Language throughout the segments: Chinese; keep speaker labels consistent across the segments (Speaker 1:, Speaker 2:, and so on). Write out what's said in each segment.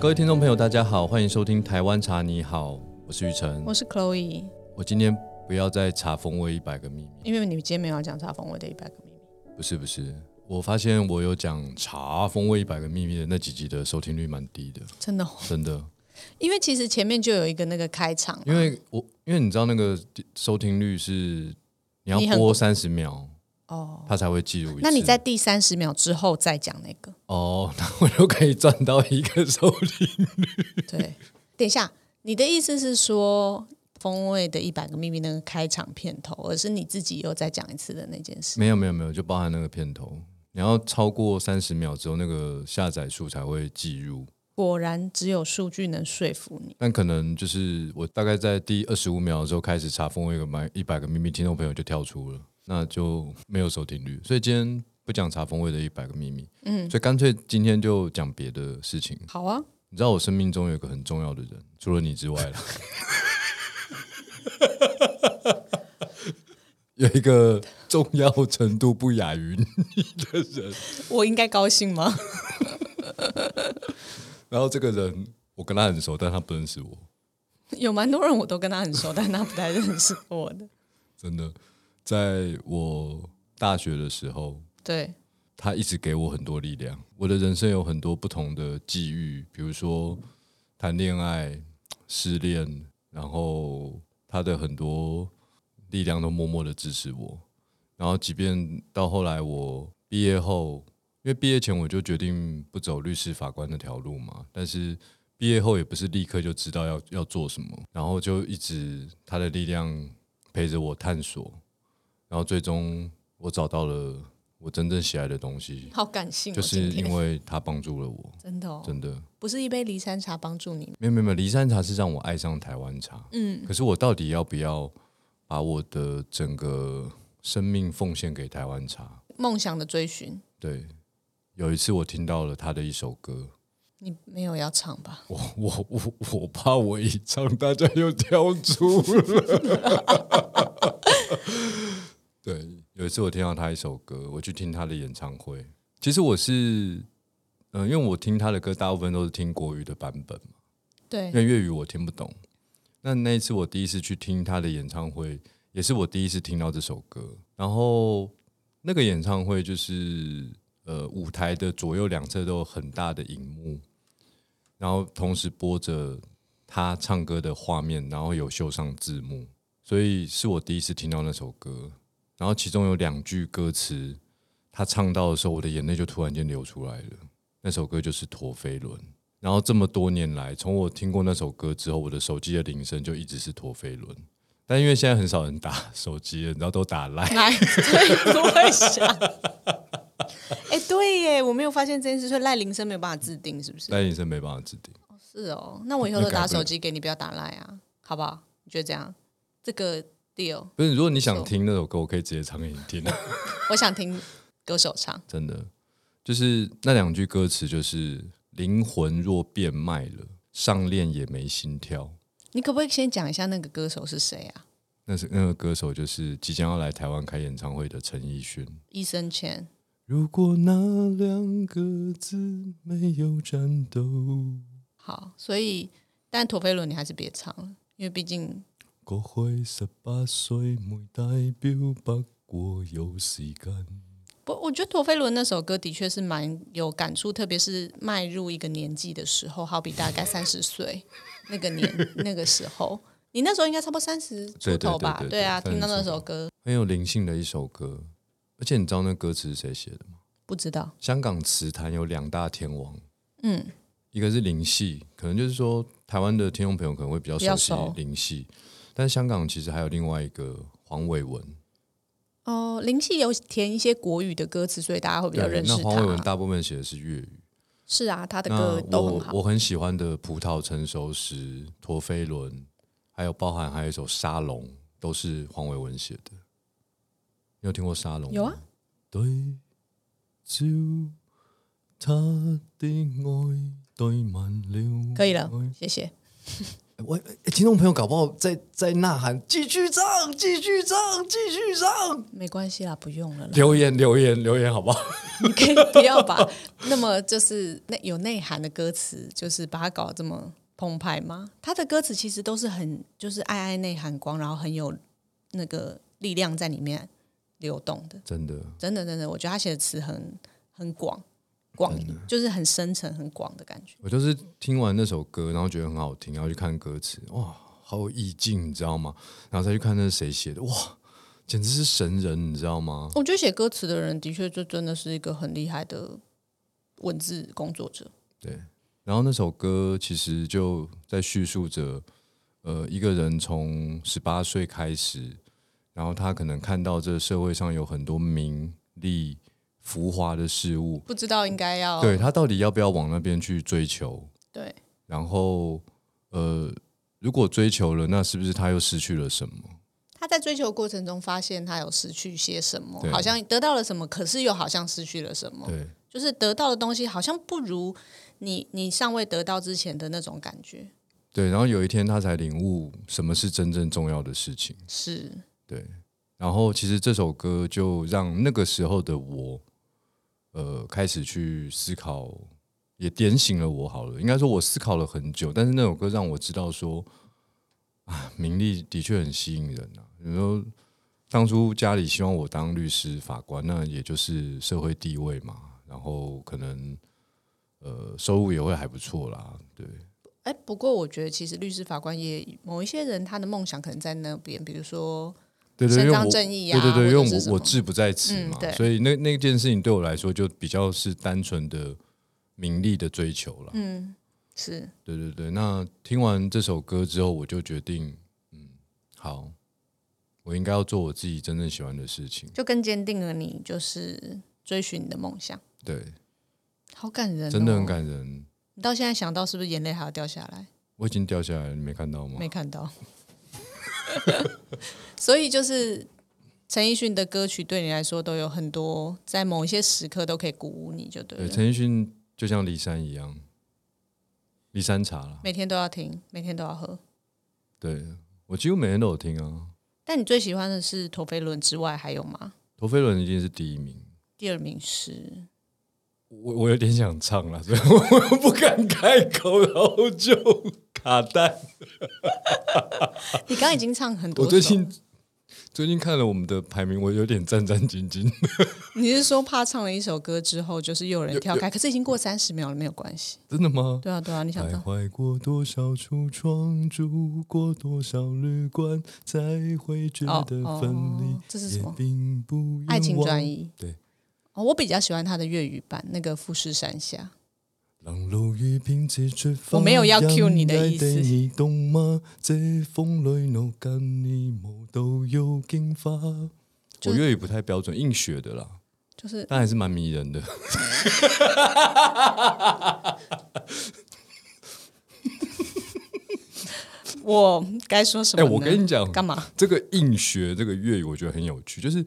Speaker 1: 各位听众朋友，大家好，欢迎收听《台湾茶你好》，我是玉成。
Speaker 2: 我是 Chloe，
Speaker 1: 我今天不要再查封威一百个秘密，
Speaker 2: 因为你们今天没有要讲查封我的一百个秘密，
Speaker 1: 不是不是，我发现我有讲查封威一百个秘密的那几集的收听率蛮低的，
Speaker 2: 真的哦、
Speaker 1: 真的，
Speaker 2: 因为其实前面就有一个那个开场嘛，
Speaker 1: 因为我因为你知道那个收听率是你要
Speaker 2: 你很
Speaker 1: 播三十秒，
Speaker 2: 哦，
Speaker 1: 它才会记录一次。
Speaker 2: 那你在第三十秒之后再讲那 个，
Speaker 1: 哦，那我就可以赚到一个收听。
Speaker 2: 对，等一下，你的意思是说风味的一百个秘密那个开场片头，而是你自己又再讲一次的那件事，
Speaker 1: 没有没有没有，就包含那个片头，你要超过三十秒之后，那个下载数才会计入。
Speaker 2: 果然只有数据能说服你，
Speaker 1: 但可能就是我大概在第二十五秒的时候开始查封我一个满一百个秘密，听众朋友就跳出了，那就没有收听率。所以今天不讲查封位的一百个秘密，嗯，所以干脆今天就讲别的事情。
Speaker 2: 好啊，
Speaker 1: 你知道我生命中有一个很重要的人，除了你之外了， 有一个重要程度不亚于你的人。
Speaker 2: 我应该高兴吗？
Speaker 1: 然后这个人，我跟他很熟，但他不认识我。
Speaker 2: 有蛮多人我都跟他很熟，但他不太认识我的，
Speaker 1: 真的，在我大学的时候，
Speaker 2: 对，
Speaker 1: 他一直给我很多力量。我的人生有很多不同的际遇，比如说谈恋爱、失恋，然后他的很多力量都默默的支持我。然后，即便到后来我毕业后，因为毕业前我就决定不走律师、法官那条路嘛，但是毕业后也不是立刻就知道要要做什么，然后就一直他的力量陪着我探索，然后最终我找到了我真正喜爱的东西，
Speaker 2: 好感性、哦，
Speaker 1: 就是
Speaker 2: 今天
Speaker 1: 因为他帮助了我，
Speaker 2: 真的哦，
Speaker 1: 真的。
Speaker 2: 不是一杯离山茶帮助你，
Speaker 1: 没有没有没有，离山茶是让我爱上台湾茶。嗯，可是我到底要不要把我的整个生命奉献给台湾茶？
Speaker 2: 梦想的追寻，
Speaker 1: 对，有一次我听到了他的一首歌，
Speaker 2: 你没有要唱吧？
Speaker 1: 我我我我怕我一唱大家又跳出 了。对，有一次我听到他一首歌，我去听他的演唱会。其实我是，嗯、因为我听他的歌大部分都是听国语的版本嘛。
Speaker 2: 对
Speaker 1: 因，为粤语我听不懂。那那一次我第一次去听他的演唱会，也是我第一次听到这首歌。然后那个演唱会就是呃，舞台的左右两侧都有很大的荧幕，然后同时播着他唱歌的画面，然后有秀上字幕，所以是我第一次听到那首歌。然后其中有两句歌词，他唱到的时候，我的眼泪就突然间流出来了。那首歌就是《陀飞轮》。然后这么多年来，从我听过那首歌之后，我的手机的铃声就一直是陀飞轮。但因为现在很少人打手机了，你知道都打赖，
Speaker 2: 来，对，不会想。 哎、对耶，我没有发现这件事，所以赖铃声没有办法制定，是不是？
Speaker 1: 赖铃声没办法指定。
Speaker 2: 是哦，那我以后都打手机给你，不要打赖啊，好不好？你觉得这样？这个 deal，
Speaker 1: 不是，如果你想听那首歌，我可以直接唱给你听。啊
Speaker 2: 我想听歌手唱。
Speaker 1: 真的，就是那两句歌词，就是灵魂若变卖了，上链也没心跳。
Speaker 2: 你可不可以先讲一下那个歌手是谁啊？
Speaker 1: 那是那个歌手，就是即将要来台湾开演唱会的陈奕迅。
Speaker 2: 医生前
Speaker 1: 如果那两个字没有战斗，
Speaker 2: 好，所以但陀飞轮你还是别唱了，因为毕竟
Speaker 1: 过去十八岁没代表，不过有时间。
Speaker 2: 不，我觉得陀飞轮那首歌的确是蛮有感触，特别是迈入一个年纪的时候，好比大概三十岁那 个年那个时候，你那时候应该差不多三十出头吧？
Speaker 1: 对对对对
Speaker 2: 啊，
Speaker 1: 对
Speaker 2: 听到
Speaker 1: 30
Speaker 2: 那
Speaker 1: 出头
Speaker 2: 首歌
Speaker 1: 很有灵性的一首歌，而且你知道那歌词是谁写的吗？
Speaker 2: 不知道，
Speaker 1: 香港词坛有两大天王，
Speaker 2: 嗯，
Speaker 1: 一个是林夕，可能就是说台湾的听众朋友可能会比较
Speaker 2: 比较
Speaker 1: 熟悉
Speaker 2: 熟
Speaker 1: 林夕，但香港其实还有另外一个黄伟文，
Speaker 2: 哦，林夕有填一些国语的歌词，所以大家会比较
Speaker 1: 对，
Speaker 2: 认识
Speaker 1: 那黄伟文
Speaker 2: 他。
Speaker 1: 大部分写的是粤语，
Speaker 2: 是啊，他的
Speaker 1: 那
Speaker 2: 歌都很
Speaker 1: 我
Speaker 2: 好。
Speaker 1: 我很喜欢的《葡萄成熟时》《陀飞轮》，还有包含还有一首《沙龙》，都是黄伟文写的。你有听过《沙龙》？
Speaker 2: 有啊。
Speaker 1: 对，照他的爱对满了，
Speaker 2: 可以了，谢谢。
Speaker 1: 我诶哎听众朋友搞不好在在呐喊，继续唱，继续唱，继续 唱，
Speaker 2: 没关系啦，不用了啦。
Speaker 1: 留言留言留言，好不好？
Speaker 2: 你可以不要把那么就是内有内涵的歌词，就是把它搞得这么澎湃吗？他的歌词其实都是很就是爱爱内涵光，然后很有那个力量在里面流动的。
Speaker 1: 真的，
Speaker 2: 真的真的，我觉得他写的词很很广广，就是很深沉、很广的感觉。
Speaker 1: 我就是听完那首歌，然后觉得很好听，然后去看歌词，哇，好有意境，你知道吗？然后再去看那是谁写的，哇，简直是神人，你知道吗？
Speaker 2: 我觉得写歌词的人的确就真的是一个很厉害的文字工作者。
Speaker 1: 对，然后那首歌其实就在叙述着，呃，一个人从十八岁开始，然后他可能看到这社会上有很多名利浮华的事物，
Speaker 2: 不知道应该要
Speaker 1: 对他到底要不要往那边去追求？
Speaker 2: 对
Speaker 1: 然后，呃，如果追求了，那是不是他又失去了什么？
Speaker 2: 他在追求过程中发现他有失去些什么
Speaker 1: 对，
Speaker 2: 好像得到了什么，可是又好像失去了什么，
Speaker 1: 对，
Speaker 2: 就是得到的东西好像不如你你尚未得到之前的那种感觉。
Speaker 1: 对，然后有一天他才领悟什么是真正重要的事情。
Speaker 2: 是
Speaker 1: 对，然后其实这首歌就让那个时候的我，呃，开始去思考，也点醒了我。好了，应该说我思考了很久，但是那首歌让我知道说，啊，名利的确很吸引人啊。你说当初家里希望我当律师、法官，那也就是社会地位嘛，然后可能呃收入也会还不错啦，对。
Speaker 2: 哎，不过我觉得其实律师、法官也某一些人他的梦想可能在那边，比如说
Speaker 1: 对对，因
Speaker 2: 伸
Speaker 1: 为
Speaker 2: 张
Speaker 1: 我
Speaker 2: 正义
Speaker 1: 对
Speaker 2: 啊
Speaker 1: 对对，因
Speaker 2: 或者是
Speaker 1: 为
Speaker 2: 什
Speaker 1: 我我
Speaker 2: 么
Speaker 1: 志不在此
Speaker 2: 嗯
Speaker 1: 嘛，
Speaker 2: 对
Speaker 1: 所以那那件事情对我来说就比较是单纯的名利的追求了。
Speaker 2: 嗯是
Speaker 1: 对对对，那听完这首歌之后，我就决定，嗯，好，我应该要做我自己真正喜欢的事情。
Speaker 2: 就更坚定了你就是追寻你的哦梦想，
Speaker 1: 对，
Speaker 2: 好感人、哦，
Speaker 1: 真的很。感人，
Speaker 2: 你到现在想到是不是眼泪还要掉下来？
Speaker 1: 我已经掉下来了，你没看到吗？
Speaker 2: 没看到。 所以就是陈奕迅的歌曲对你来说都有很多，在某一些时刻都可以鼓舞你，就对
Speaker 1: 对，
Speaker 2: 了。
Speaker 1: 陈奕迅就像骊山一样，骊山茶啦，
Speaker 2: 每天都要听，每天都要喝。
Speaker 1: 对我几乎每天都有听啊。
Speaker 2: 但你最喜欢的是陀飞轮之外还有吗？
Speaker 1: 陀飞轮一定是第一名，
Speaker 2: 第二名是
Speaker 1: 我我有点想唱了，所以我又不敢开口，然后就卡带。
Speaker 2: 你刚刚已经唱很多
Speaker 1: 我
Speaker 2: 首了。
Speaker 1: 最近最近看了我们的排名，我有点战战兢兢。
Speaker 2: 你是说怕唱了一首歌之后，就是又有人跳开？可是已经过三十秒了，没有关系。
Speaker 1: 真的吗？
Speaker 2: 对啊，对啊，你想
Speaker 1: 徘
Speaker 2: 唱
Speaker 1: 徊过多少橱窗，住过多少旅馆，才会觉
Speaker 2: 哦
Speaker 1: 得分离
Speaker 2: 哦，这是什
Speaker 1: 也
Speaker 2: 么？
Speaker 1: 并不
Speaker 2: 爱情
Speaker 1: 冤枉
Speaker 2: 专。一。
Speaker 1: 对，
Speaker 2: 哦，我比较喜欢他的粤语版，那个富士山下。
Speaker 1: 冷露雨偏自出
Speaker 2: 我沒有要 cue 你的意思
Speaker 1: 你懂嗎？這風裏腦筋而無道要經花。
Speaker 2: 就
Speaker 1: 我粤语不太标准，硬学的啦，
Speaker 2: 就是
Speaker 1: 但还是蛮迷人的。
Speaker 2: 我该说什
Speaker 1: 哎、
Speaker 2: 么呢？
Speaker 1: 我跟你讲，
Speaker 2: 干嘛？
Speaker 1: 这个硬学这个粤语，我觉得很有趣，就是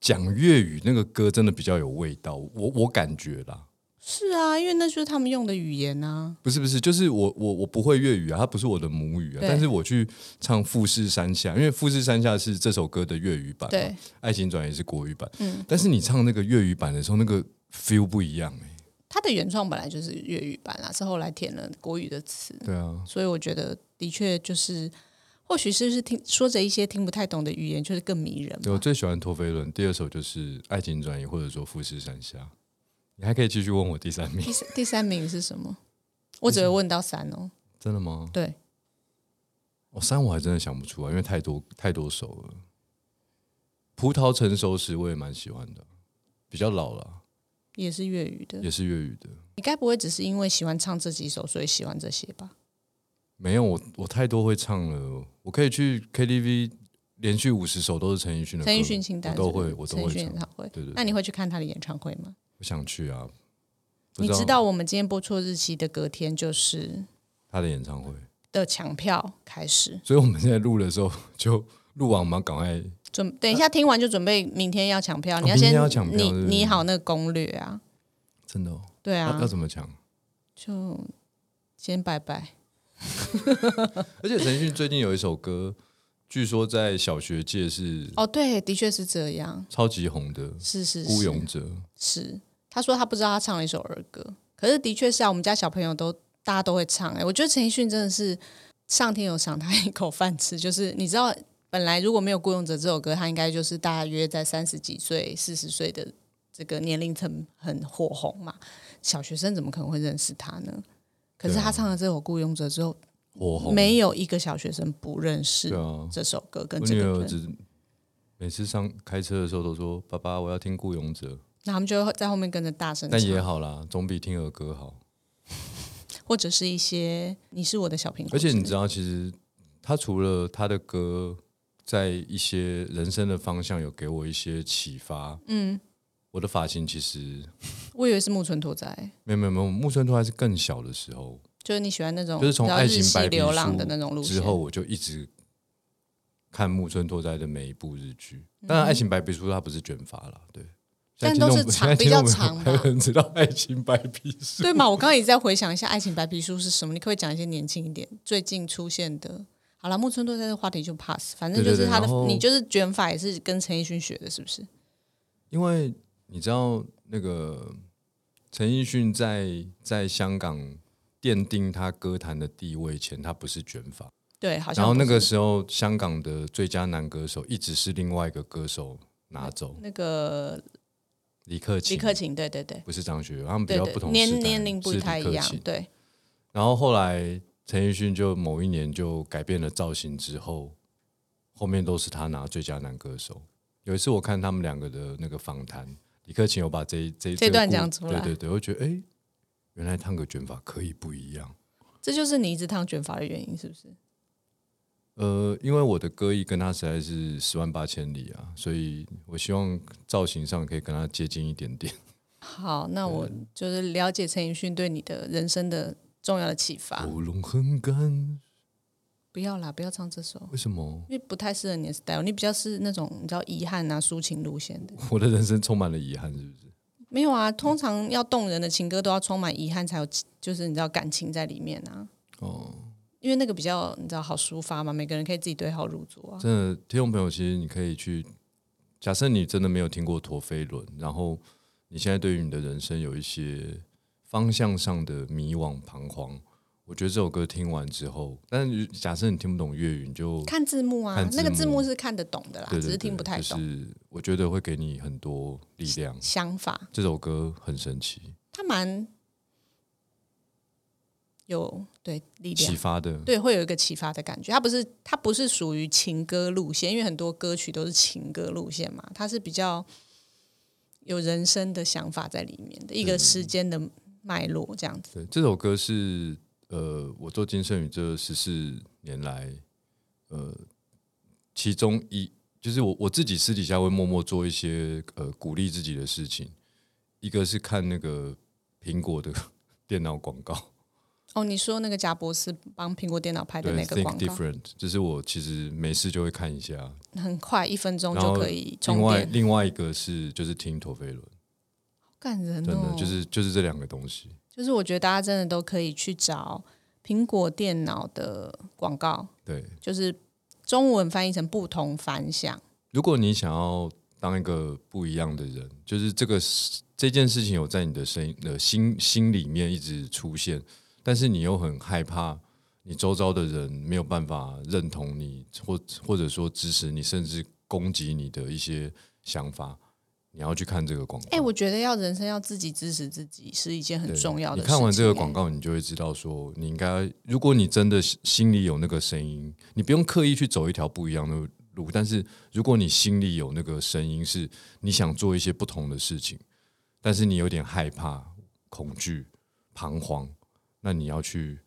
Speaker 1: 讲粤语那个歌真的比较有味道，我我感觉啦。
Speaker 2: 是啊，因为那就是他们用的语言啊。
Speaker 1: 不是不是，就是我我我不会粤语啊，它不是我的母语啊，
Speaker 2: 对
Speaker 1: 但是我去唱《富士山下》，因为《富士山下》是这首歌的粤语版嘛，
Speaker 2: 对
Speaker 1: 《爱情转移》是国语版，
Speaker 2: 嗯
Speaker 1: 但是你唱那个粤语版的时候，那个 feel 不一样哎、
Speaker 2: 他的原创本来就是粤语版啦，是后来填了国语的词，
Speaker 1: 对啊，
Speaker 2: 所以我觉得的确就是，或许是不是听说着一些听不太懂的语言，就是更迷人
Speaker 1: 对我
Speaker 2: 嘛。
Speaker 1: 最喜欢陀飞轮，第二首就是《爱情转移》，或者说《富士山下》，你还可以继续问我第三 名，
Speaker 2: 第三第三名是什么？我只会问到三哦。
Speaker 1: 真的吗？
Speaker 2: 对，
Speaker 1: 哦，三我还真的想不出来，因为太多太多首了。葡萄成熟时我也蛮喜欢的，比较老了，
Speaker 2: 也是粤语的。
Speaker 1: 也是粤语的。
Speaker 2: 你该不会只是因为喜欢唱这几首，所以喜欢这些吧？
Speaker 1: 没有我，我太多会唱了，我可以去 KTV 连续五十首都是陈奕迅的歌，
Speaker 2: 陈奕迅清单
Speaker 1: 我都
Speaker 2: 是
Speaker 1: 会，
Speaker 2: 不是
Speaker 1: 我都
Speaker 2: 陈
Speaker 1: 会
Speaker 2: 奕迅演
Speaker 1: 唱。
Speaker 2: 唱会。
Speaker 1: 对对
Speaker 2: 那
Speaker 1: 对，
Speaker 2: 你会去看他的演唱会吗？
Speaker 1: 我想去啊。不
Speaker 2: 你知道我们今天播出的日期的隔天就是
Speaker 1: 他的演唱会，
Speaker 2: 的抢票开始，
Speaker 1: 所以我们现在录的时候就录完，我们要赶快
Speaker 2: 准等一下听完就准备明天要抢票，
Speaker 1: 啊哦
Speaker 2: 你先
Speaker 1: 明天要抢票
Speaker 2: 你
Speaker 1: 是不是
Speaker 2: 拟好那个攻略啊，
Speaker 1: 真的、哦
Speaker 2: 对
Speaker 1: 要
Speaker 2: 啊
Speaker 1: 要，怎么讲？
Speaker 2: 就先拜拜，
Speaker 1: 而且陈奕迅最近有一首歌，据说在小学界是
Speaker 2: 哦，对，的确是这样，
Speaker 1: 超级红的
Speaker 2: 是是
Speaker 1: 《孤
Speaker 2: 是
Speaker 1: 勇者》，
Speaker 2: 是。他说他不知道他唱了一首儿歌，可是的确是啊，我们家小朋友都大家都会唱、哎，我觉得陈奕迅真的是上天有赏他一口饭吃，就是你知道，本来如果没有《孤勇者》这首歌，他应该就是大约在三十几岁、四十岁的这个年龄层很火红嘛，小学生怎么可能会认识他呢？可是
Speaker 1: 对啊
Speaker 2: 他唱了这首《孤勇者》之后，
Speaker 1: 火红。
Speaker 2: 没有一个小学生不认识
Speaker 1: 对啊，
Speaker 2: 这首歌跟
Speaker 1: 我
Speaker 2: 这
Speaker 1: 女
Speaker 2: 个
Speaker 1: 儿
Speaker 2: 人，
Speaker 1: 只每次上开车的时候都说：“爸爸，我要听《孤勇者》。
Speaker 2: 那他们就会在后面跟着大”声
Speaker 1: 但也
Speaker 2: 唱，
Speaker 1: 好啦，总比听儿歌好。
Speaker 2: 或者是一些“你是我的小苹果”。
Speaker 1: 而且你知，道，其实他除了他的歌，在一些人生的方向有给我一些启发。
Speaker 2: 嗯，
Speaker 1: 我的发型其实
Speaker 2: 我以为是木村拓哉，
Speaker 1: 没有没有没有，木村拓哉是更小的时候，
Speaker 2: 就是你喜欢那种
Speaker 1: 就是从
Speaker 2: 比较
Speaker 1: 爱情
Speaker 2: 日系
Speaker 1: 白皮
Speaker 2: 流浪
Speaker 1: 书
Speaker 2: 的那种路线
Speaker 1: 之后，我就一直看木村拓哉的每一部日剧。当然，《爱情白皮书》它不是卷发啦，对。
Speaker 2: 但
Speaker 1: 现在听
Speaker 2: 都
Speaker 1: 众
Speaker 2: 是长
Speaker 1: 现在听众
Speaker 2: 比较长
Speaker 1: 朋友
Speaker 2: 吧
Speaker 1: 还有人知道《爱情白皮书》
Speaker 2: 对嘛？我刚刚也在回想一下《爱情白皮书》是什么，你可不可以讲一些年轻一点最近出现的？好了，木村拓哉的话题就 pass，反正
Speaker 1: 对对
Speaker 2: 就是
Speaker 1: 对
Speaker 2: 他的，
Speaker 1: 然后
Speaker 2: 你就是卷发也是跟陈奕迅学的，是不是？
Speaker 1: 因为你知道那个陈奕迅在在香港奠定他歌坛的地位前，他不是卷发。
Speaker 2: 对，好像
Speaker 1: 然后那
Speaker 2: 不是
Speaker 1: 个时候，香港的最佳男歌手一直是另外一个歌手拿走，
Speaker 2: 那个
Speaker 1: 李克勤。
Speaker 2: 李克勤，对对对
Speaker 1: 不是张学友，他们比
Speaker 2: 对
Speaker 1: 较
Speaker 2: 对
Speaker 1: 不同，时
Speaker 2: 年
Speaker 1: 代
Speaker 2: 年龄不
Speaker 1: 是李
Speaker 2: 太
Speaker 1: 克
Speaker 2: 一样
Speaker 1: 勤，
Speaker 2: 对，
Speaker 1: 然后后来陈奕迅就某一年就改变了造型之后，后面都是他拿最佳男歌手。有一次我看他们两个的那个访谈，李克勤有把这一这一
Speaker 2: 这段
Speaker 1: 个故
Speaker 2: 讲出来
Speaker 1: 对对对，我就觉得哎，诶原来烫个卷发可以不一样。
Speaker 2: 这就是你一直烫卷发的原因，是不是？
Speaker 1: 呃，因为我的歌艺跟他实在是十万八千里啊，所以我希望造型上可以跟他接近一点点。
Speaker 2: 好，那我就是了解陈奕迅对你的人生的重要的启发。
Speaker 1: 喉咙很干，
Speaker 2: 不要啦，不要唱这首，
Speaker 1: 为什么？
Speaker 2: 因为不太适合你的 style。你比较是那种你知道遗憾啊、抒情路线的。
Speaker 1: 我的人生充满了遗憾，是不是？
Speaker 2: 没有啊，通常要动人的情歌都要充满遗憾，才有就是你知道感情在里面啊。
Speaker 1: 哦。
Speaker 2: 因为那个比较你知道好抒发嘛，每个人可以自己对号入座啊。
Speaker 1: 真的，听众朋友，其实你可以去，假设你真的没有听过陀飞轮，然后你现在对于你的人生有一些方向上的迷惘、彷徨，我觉得这首歌听完之后，但是假设你听不懂粤语，你就
Speaker 2: 看字幕啊，
Speaker 1: 看字幕
Speaker 2: 那个字幕是看得懂的啦，
Speaker 1: 对对对，
Speaker 2: 只是听不太懂、
Speaker 1: 就是我觉得会给你很多力量。
Speaker 2: 想法。
Speaker 1: 这首歌很神奇，
Speaker 2: 它蛮有对力量
Speaker 1: 启，发的。
Speaker 2: 对，会有一个启发的感觉。它不是它不是属于情歌路线，因为很多歌曲都是情歌路线嘛，它是比较有人生的想法在里面的一个
Speaker 1: 嗯
Speaker 2: 时间的脉络这样子。
Speaker 1: 对，这首歌是呃，我做金圣宇这十四年来，呃，其中一就是我我自己私底下会默默做一些呃鼓励自己的事情，一个是看那个苹果的 电脑广告，
Speaker 2: 哦，你说那个贾博士帮苹果电脑 拍的
Speaker 1: 对
Speaker 2: 啊那个
Speaker 1: ，Think
Speaker 2: 广告，
Speaker 1: Different，就是我其实没事就会看一下。
Speaker 2: 很快一分钟
Speaker 1: 然
Speaker 2: 就
Speaker 1: 后
Speaker 2: 可以充
Speaker 1: 另外
Speaker 2: 电，
Speaker 1: 另外一个是就是听陀飞轮，
Speaker 2: 好感人
Speaker 1: 真的、
Speaker 2: 哦。
Speaker 1: 就是就是这两个东西。
Speaker 2: 就是我觉得大家真的都可以去找苹果电脑的广告，
Speaker 1: 对，
Speaker 2: 就是中文翻译成不同凡响。
Speaker 1: 如果你想要当一个不一样的人，就是这个事这件事情有在你的身呃心心里面一直出现，但是你又很害怕你周遭的人没有办法认同你，或或者说支持你，甚至攻击你的一些想法，你要去看这个广告。
Speaker 2: 哎、我觉得要人生要自己支持自己是一件很
Speaker 1: 对
Speaker 2: 重要的
Speaker 1: 你
Speaker 2: 事情、欸啊
Speaker 1: 看完这个广
Speaker 2: 告，
Speaker 1: 告，你就会知道说，你应该，如果你真的心里有那个声音，你不用刻意去走一条不一样的路，但是如果你心里有那个声音，是你想做一些不同的事情，但是你有点害怕、恐惧、彷徨，那你要去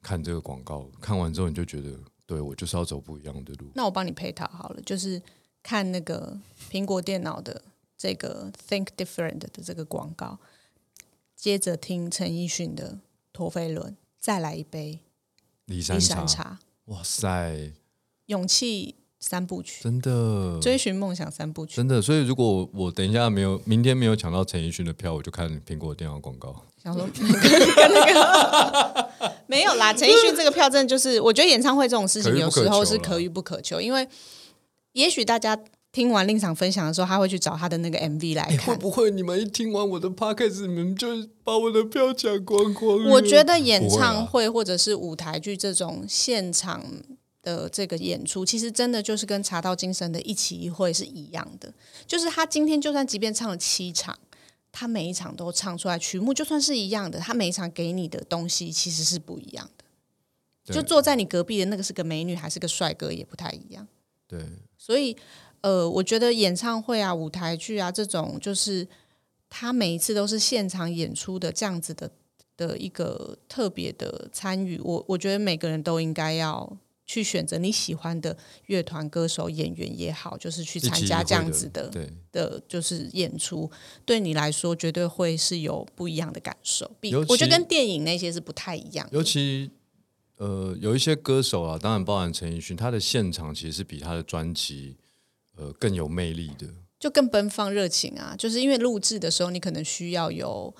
Speaker 1: 看这个广告，看完之后你就觉得，对我就是要走不一样的路。
Speaker 2: 那我帮你配套好了，就是看那个苹果电脑的这个 Think Different 的这个广告，接着听陈奕迅的《陀飞轮》，再来一杯
Speaker 1: 李山
Speaker 2: 一
Speaker 1: 茶，
Speaker 2: 山茶，
Speaker 1: 哇塞，
Speaker 2: 勇气三部曲，
Speaker 1: 真的，
Speaker 2: 追寻梦想三部曲。
Speaker 1: 真的。所以如果我我等一下没有明天没有抢到陈奕迅的票，我就看苹果电话广告。
Speaker 2: 想说 跟那个没有啦，陈奕迅这个票真的就是，我觉得演唱会这种事情
Speaker 1: 可遇
Speaker 2: 有
Speaker 1: 不可
Speaker 2: 时候
Speaker 1: 求
Speaker 2: 是
Speaker 1: 啦
Speaker 2: 可遇不可求，因为也许大家听完令场分享的时候，他会去找他的那个 MV 来看。
Speaker 1: 会不会 你们一听完我的 podcast，你们就把我的票抢光光了？
Speaker 2: 我觉得演
Speaker 1: 不会啦
Speaker 2: 唱会或者是舞台剧这种现场的这个演出，其实真的就是跟茶道精神的一期一会是一样的，就是他今天就算即便唱了七场。他每一场都唱出来，曲目就算是一样的，他每一场给你的东西其实是不一样的。
Speaker 1: 对
Speaker 2: 就坐在你隔壁的那个是个美女还是个帅哥也不太一样。
Speaker 1: 对，
Speaker 2: 所以，呃，我觉得演唱会啊、舞台剧啊这种，就是他每一次都是现场演出的这样子的的一个特别的参与。我我觉得每个人都应该要去选择你喜欢的乐团、歌手、演员也好，就是去
Speaker 1: 一
Speaker 2: 参
Speaker 1: 期一
Speaker 2: 加
Speaker 1: 会
Speaker 2: 这样子的
Speaker 1: 对，
Speaker 2: 的，就是演出，对你来说绝对会是有不一样的感受。比
Speaker 1: 尤
Speaker 2: 我觉得
Speaker 1: 其
Speaker 2: 跟电影那些是不太一样的。
Speaker 1: 尤其呃，有一些歌手啊，当然包含陈奕迅，他的现场其实是比他的专辑呃更有魅力的。
Speaker 2: 就更奔放热情啊，就是因为录制的时候你可能需要有，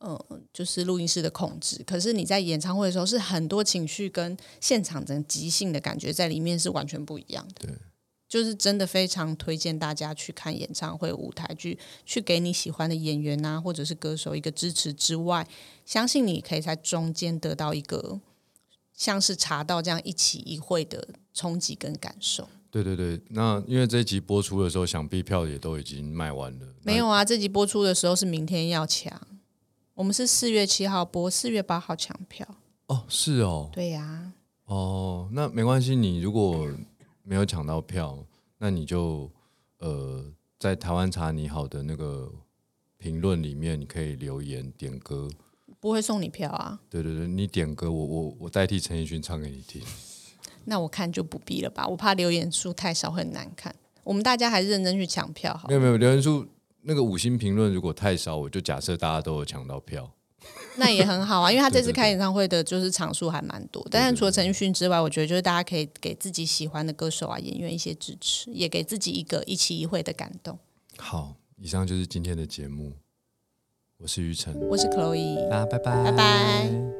Speaker 2: 呃，就是录音师的控制，可是你在演唱会的时候是很多情绪跟现场的即兴的感觉在里面是完全不一样的。
Speaker 1: 对，
Speaker 2: 就是真的非常推荐大家去看演唱会、舞台剧，去给你喜欢的演员啊或者是歌手一个支持之外，相信你可以在中间得到一个像是茶道这样一起一会的冲击跟感受。
Speaker 1: 对对对，那因为这一集播出的时候，想必票也都已经卖完了。
Speaker 2: 没有啊，这集播出的时候是明天要抢，我们是四月七号播，四月八号抢票。
Speaker 1: 那哦，是哦，
Speaker 2: 对呀、
Speaker 1: 哦，那没关系，你如果没有抢到票，那你就呃在台湾查你好的那个评论里面，你可以留言点歌。
Speaker 2: 不会送你票啊，
Speaker 1: 对对对，你点歌，我我我代替陈奕迅唱给你听。
Speaker 2: 那我看就不必了吧，我怕留言数太少会很难看。我们大家还是认真去抢票好
Speaker 1: 没。有没有，留言数那个五星评论如果太少，我就假设大家都有抢到票。
Speaker 2: 那也很 好啊，因为他这次
Speaker 1: 对对对
Speaker 2: 开演唱会的就是场数还蛮多。但是除了陈奕迅之外，我觉得就是大家可以给自己喜欢的歌手啊、演员一些支持，也给自己一个一期一会的感动。
Speaker 1: 好，以上就是今天的节目，我是于晨，
Speaker 2: 我是 Chloe，
Speaker 1: 大家拜拜，
Speaker 2: 拜拜。